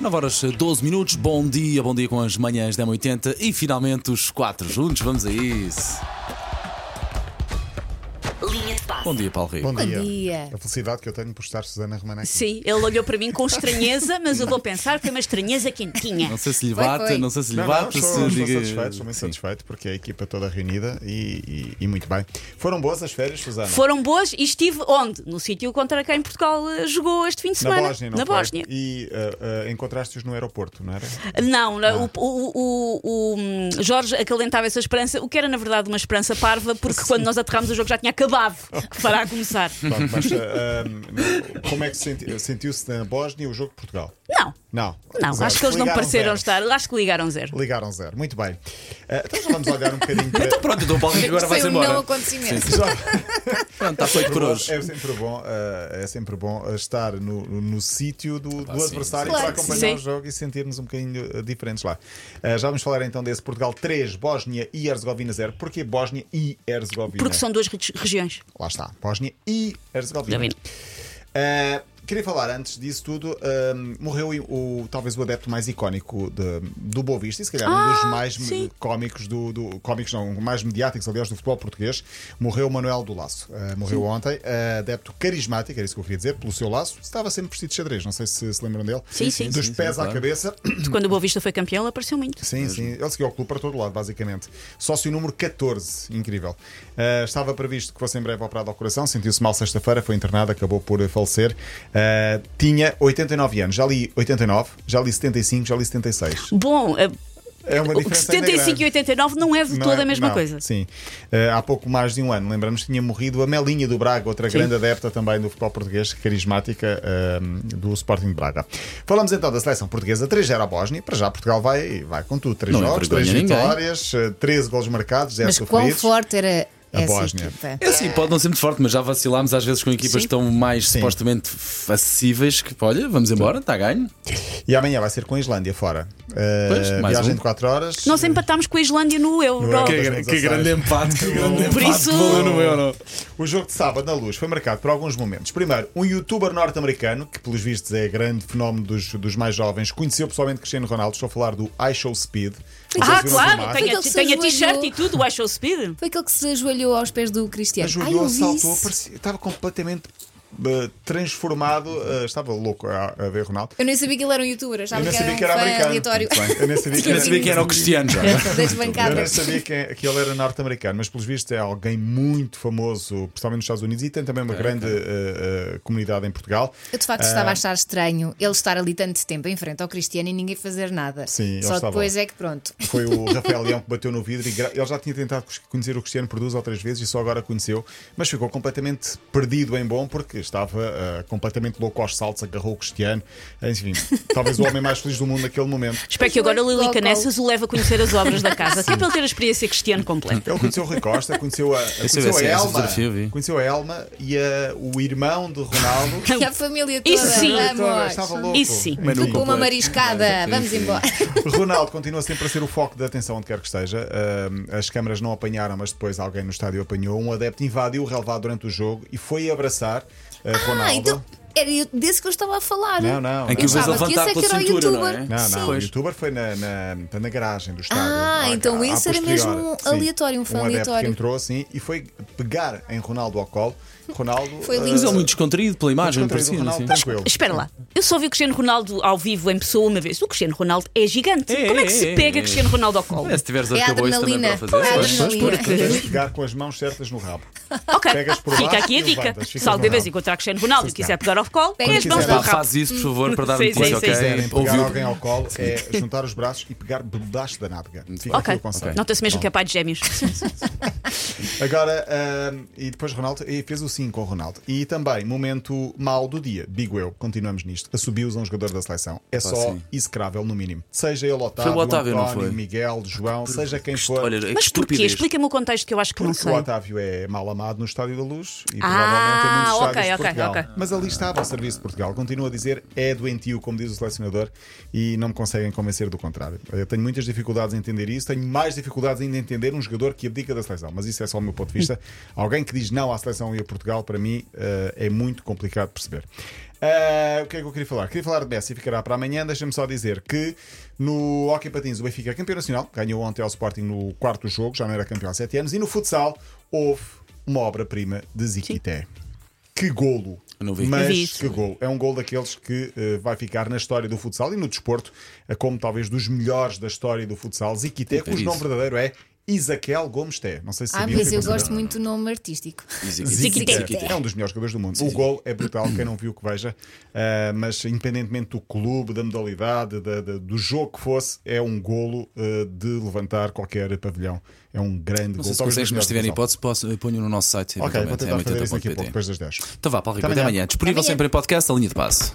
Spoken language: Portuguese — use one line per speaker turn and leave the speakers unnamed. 9 horas 12 minutos, bom dia, bom dia com as manhãs da 80 e finalmente os quatro juntos, vamos a isso.
Linha de passe.
Bom dia, Paulo Rico.
Bom dia.
dia.
A felicidade que eu tenho por estar Susana Romana aqui.
Sim, ele olhou para mim com estranheza, mas eu vou pensar que foi uma estranheza quentinha.
Não sei se lhe
Foi,
bate,
foi.
não sei se lhe
Não, não,
bate,
estou,
se
estou
diga-
satisfeito, estou muito
Sim.
satisfeito porque é a equipa toda reunida e, e- e muito bem. Foram boas as férias, Susana?
Foram boas e estive onde? No sítio contra quem Portugal eh, jogou este fim de
Na
semana.
Bósnia, não
Na
foi?
Bósnia.
E ah, ah, encontraste-os no aeroporto, não era?
Não,
Ah.
não, o, o- o- o- hum, Jorge acalentava essa esperança, o que era na verdade uma esperança parva, porque quando nós aterramos o jogo já tinha acabado para a começar.
Pronto, mas ah, ah, como é que se senti- sentiu-se na Bósnia o jogo de Portugal?
Não,
Não.
não,
Zero.
acho que eles não
Ligaram
pareceram
zero.
estar, acho que ligaram zero.
Ligaram zero, muito bem. Ah, então já vamos olhar um bocadinho para.
Então pronto, então o Paulo Rico agora vai-se
Isto foi um
embora.
não
acontecimento.
Já-
Pronto, está feito por hoje.
É sempre bom, eh, é sempre bom eh, estar no, no sítio do, do
Ah, sim,
adversário
sim.
para
Claro que
acompanhar
sim.
o jogo e sentir-nos um bocadinho eh, diferentes lá. Eh, já vamos falar então desse Portugal 3, Bósnia e Herzegovina 0. Porquê Bósnia e Herzegovina?
Porque são duas regi- regiões.
Lá está, Bósnia e Herzegovina.
Herzegovina.
Eh, Queria falar antes disso tudo. eh, morreu o, talvez o adepto mais icónico de- do Boa Vista e se calhar um dos mais me-
Ah, sim.
cómicos do, do- cómicos não, mais mediáticos, aliás, do futebol português. Morreu Manuel do Laço. Eh, morreu ontem. Eh, adepto carismático, era isso que eu queria dizer, pelo seu laço. Estava sempre vestido de xadrez, não sei se se lembram dele.
Sim, sim.
Dos
Sim, sim,
pés à
claro.
cabeça.
Quando o Boa Vista foi campeão, ele apareceu muito.
Sim, sim. Ele seguiu o clube para todo lado, basicamente. Sócio número 14, incrível. Ah, estava previsto que fosse em breve operado ao coração, sentiu-se mal sexta-feira, foi internado, acabou por falecer. Ah, tinha 89 anos, já li 89, já li 75, já li 76.
Bom, eh,
É uma
o que
diferença.
75 e 89 não é de
Não
toda
é-
a mesma
não,
coisa.
Sim. Ah, há pouco mais de um ano, lembramos, tinha morrido a Melinha do Braga, outra grande adepta também do futebol português, carismática ah, do Sporting de Braga. Falamos então da seleção portuguesa 3-0 à Bósnia. Para já, Portugal vai, vai com tudo: 3
Não
jogos, 3
envergonha ninguém.
vitórias, ah, 13 golos marcados, 0
Mas quão
sofridos.
forte era
A
essa
Bósnia.
equipa?
É assim, pode não ser muito forte, mas já vacilámos às vezes com equipas que estão mais supostamente acessíveis que, olha, vamos embora, está ganho.
E amanhã vai ser com a Islândia fora. Ah,
Pois, mais
viagem
um.
de 4 horas.
Nós empatámos com a Islândia no Euro.
No Euro.
Que,
Que-
grande
que grande
empate, que grande
Por
empate
empate isso-
que
que
valeu
valeu
no Euro.
O jogo de sábado na luz foi marcado por alguns momentos. Primeiro, um youtuber norte-americano, que pelos vistos é grande fenómeno dos, dos mais jovens, conheceu pessoalmente Cristiano Ronaldo. Estou a falar do I Show Speed. Não sei
Ah,
se viram as
claro,
imagens.
tem a,
Aquele que se
tem a t-shirt
ajoelhou.
e tudo, o I Show Speed.
Foi aquele que se ajoelhou aos pés do Cristiano. Ai, eu
Ajoelhou,
vi
saltou,
isso.
parecia- estava completamente eh, transformado. eh, estava louco a, a ver Ronaldo.
Eu nem sabia que ele era um youtuber, achava
Eu nem
que
sabia
era um
que era
fã
americano.
aleatório.
Muito bem. Eu nem sabia que
Eu
era-
nem sabia quem era o Cristiano já. é?
Das
Eu nem
bancadas.
sabia que, que ele era norte-americano, mas pelos vistos é alguém muito famoso, principalmente nos Estados Unidos, e tem também uma grande eh, eh, comunidade em Portugal.
Eu de facto
Ah.
estava a achar estranho ele estar ali tanto tempo em frente ao Cristiano e ninguém fazer nada.
Sim, ele
Só
estava
depois
lá.
é que pronto.
Foi o Rafael Leão que bateu no vidro e gra- ele já tinha tentado conhecer o Cristiano por duas ou três vezes e só agora conheceu, mas ficou completamente perdido em bom porque estava ah, completamente louco aos saltos, agarrou o Cristiano. Enfim, talvez o homem mais feliz do mundo naquele momento.
Espero que agora a
Ajoelho,
Lili
colo,
Canessas o leve a conhecer as obras da casa, que é para ele ter a experiência cristiano completa.
Ele conheceu o Rui Costa, conheceu a, conheceu
esse-
a
esse
Elma,
desafio eu vi.
conheceu a Elma e a- o irmão de Ronaldo.
E a família toda.
Isso sim.
Então,
vamos.
estava louco.
Isso sim.
Menu
Com tipo uma
completo.
mariscada.
Sim,
Vamos
sim.
embora.
Ronaldo continua sempre a ser o foco da atenção onde quer que esteja. Ah, as câmaras não apanharam, mas depois alguém no estádio apanhou. Um adepto invadiu o relevado durante o jogo e foi abraçar ah,
Ah,
Ronaldo.
então era eu- desse que eu estava a falar.
Não, não.
Em que o vês
Pensava que
levantar
esse é
pela
que era o
cintura, não é?
youtuber.
Não, não, o
Pois.
youtuber foi na, na, portanto, na garagem do estádio.
Ah,
à-
então
à-
isso
à
era
posterior.
mesmo
Sim.
aleatório, um fã
adepto
aleatório.
que entrou assim e foi pegar em Ronaldo ao colo. Ronaldo.
Foi
ah,
lindo.
Mas ele é muito descontraído pela imagem,
contra-
parecia
Ronaldo
assim.
tranquilo.
Espera lá, eu só vi o Cristiano Ronaldo ao vivo em pessoa uma vez. O Cristiano Ronaldo é gigante.
É,
Como é que
é, é,
se pega
é.
Cristiano Ronaldo ao colo?
É, se tiveres
É a
arcabouço também para
adrenalina.
fazer.
Pois, é a
pois.
adrenalina.
Tens de pegar com as mãos certas no rabo.
Ok,
Pegas por
fica
baixo
aqui
e
a dica.
levantas, ficas
Se alguém de vez
normal.
encontrar Cristiano Ronaldo e
Sim,
quiser pegar ao colo,
Quando
é as mãos pelo
quiser,
Pá,
Sim.
rabo.
faz isso, por favor, para dar
Sim,
notícia,
sim,
ok?
sim.
Quiserem pegar
Ouviu?
alguém ao colo é juntar os braços e pegar pedaço da nádega. Fica aqui
Ok,
o conselho.
nota-se mesmo
Bom.
que é pai de gêmeos.
Agora, ahm, e depois Ronaldo e fez o 5 com o Ronaldo. E também, momento mau do dia, digo eu, continuamos nisto. Assobiu-se um jogador da seleção. É só
sim.
execrável, no mínimo. Seja ele Otávio,
Foi o Otávio, não
António,
foi?
Miguel, João, seja quem for.
Olha, que
Mas porquê?
estupidez.
Explica-me o contexto que eu acho que não
Porque
sei.
o Otávio é mal amado no Estádio da Luz e
Ah,
provavelmente é muito
ok,
de
ok,
Portugal.
ok.
Mas ali estava ao serviço de Portugal. Continua a dizer é doentio, como diz o selecionador, e não me conseguem convencer do contrário. Eu tenho muitas dificuldades em entender isso. Tenho mais dificuldades ainda em entender um jogador que abdica da seleção. Mas isso é só o meu ponto de vista. Alguém que diz não à seleção e a Portugal. Portugal, para mim, eh, é muito complicado de perceber. Eh, o que é que eu queria falar? Queria falar de Messi, ficará para amanhã. Deixa-me só dizer que no Hockey Patins o Benfica é campeão nacional, ganhou ontem ao Sporting no quarto jogo, já não era campeão há 7 anos, e no futsal houve uma obra-prima de Ziquité. Que golo!
Não vi.
Mas
Vi isso.
que golo. É um gol daqueles que eh, vai ficar na história do futsal e no desporto eh, como talvez dos melhores da história do futsal. Ziquité, cujo
isso.
nome verdadeiro é Isaquel Gomes Té. Não sei se
Ah,
sabiam
mas
que é
eu
considerado.
gosto muito do nome artístico.
Ziquité.
Ziquité.
É um dos melhores jogadores do mundo. O gol é brutal, quem não viu que veja. Ah, mas independentemente do clube, da modalidade, da- da- do jogo que fosse, é um golo ah, de levantar qualquer pavilhão. É um grande
Não
golo.
sei se consegues,
Talvez dos
mas
melhores
se tiverem
do futsal.
hipótese, posso, eu ponho no nosso site.
Ok, vou
eventualmente, É
tentar fazer isso daqui a pouco,
80.pt.
depois das 10.
Então vá, Paulo Rico,
Até
até
amanhã.
amanhã. Disponível
Amanhã.
sempre em podcast, a linha de passe.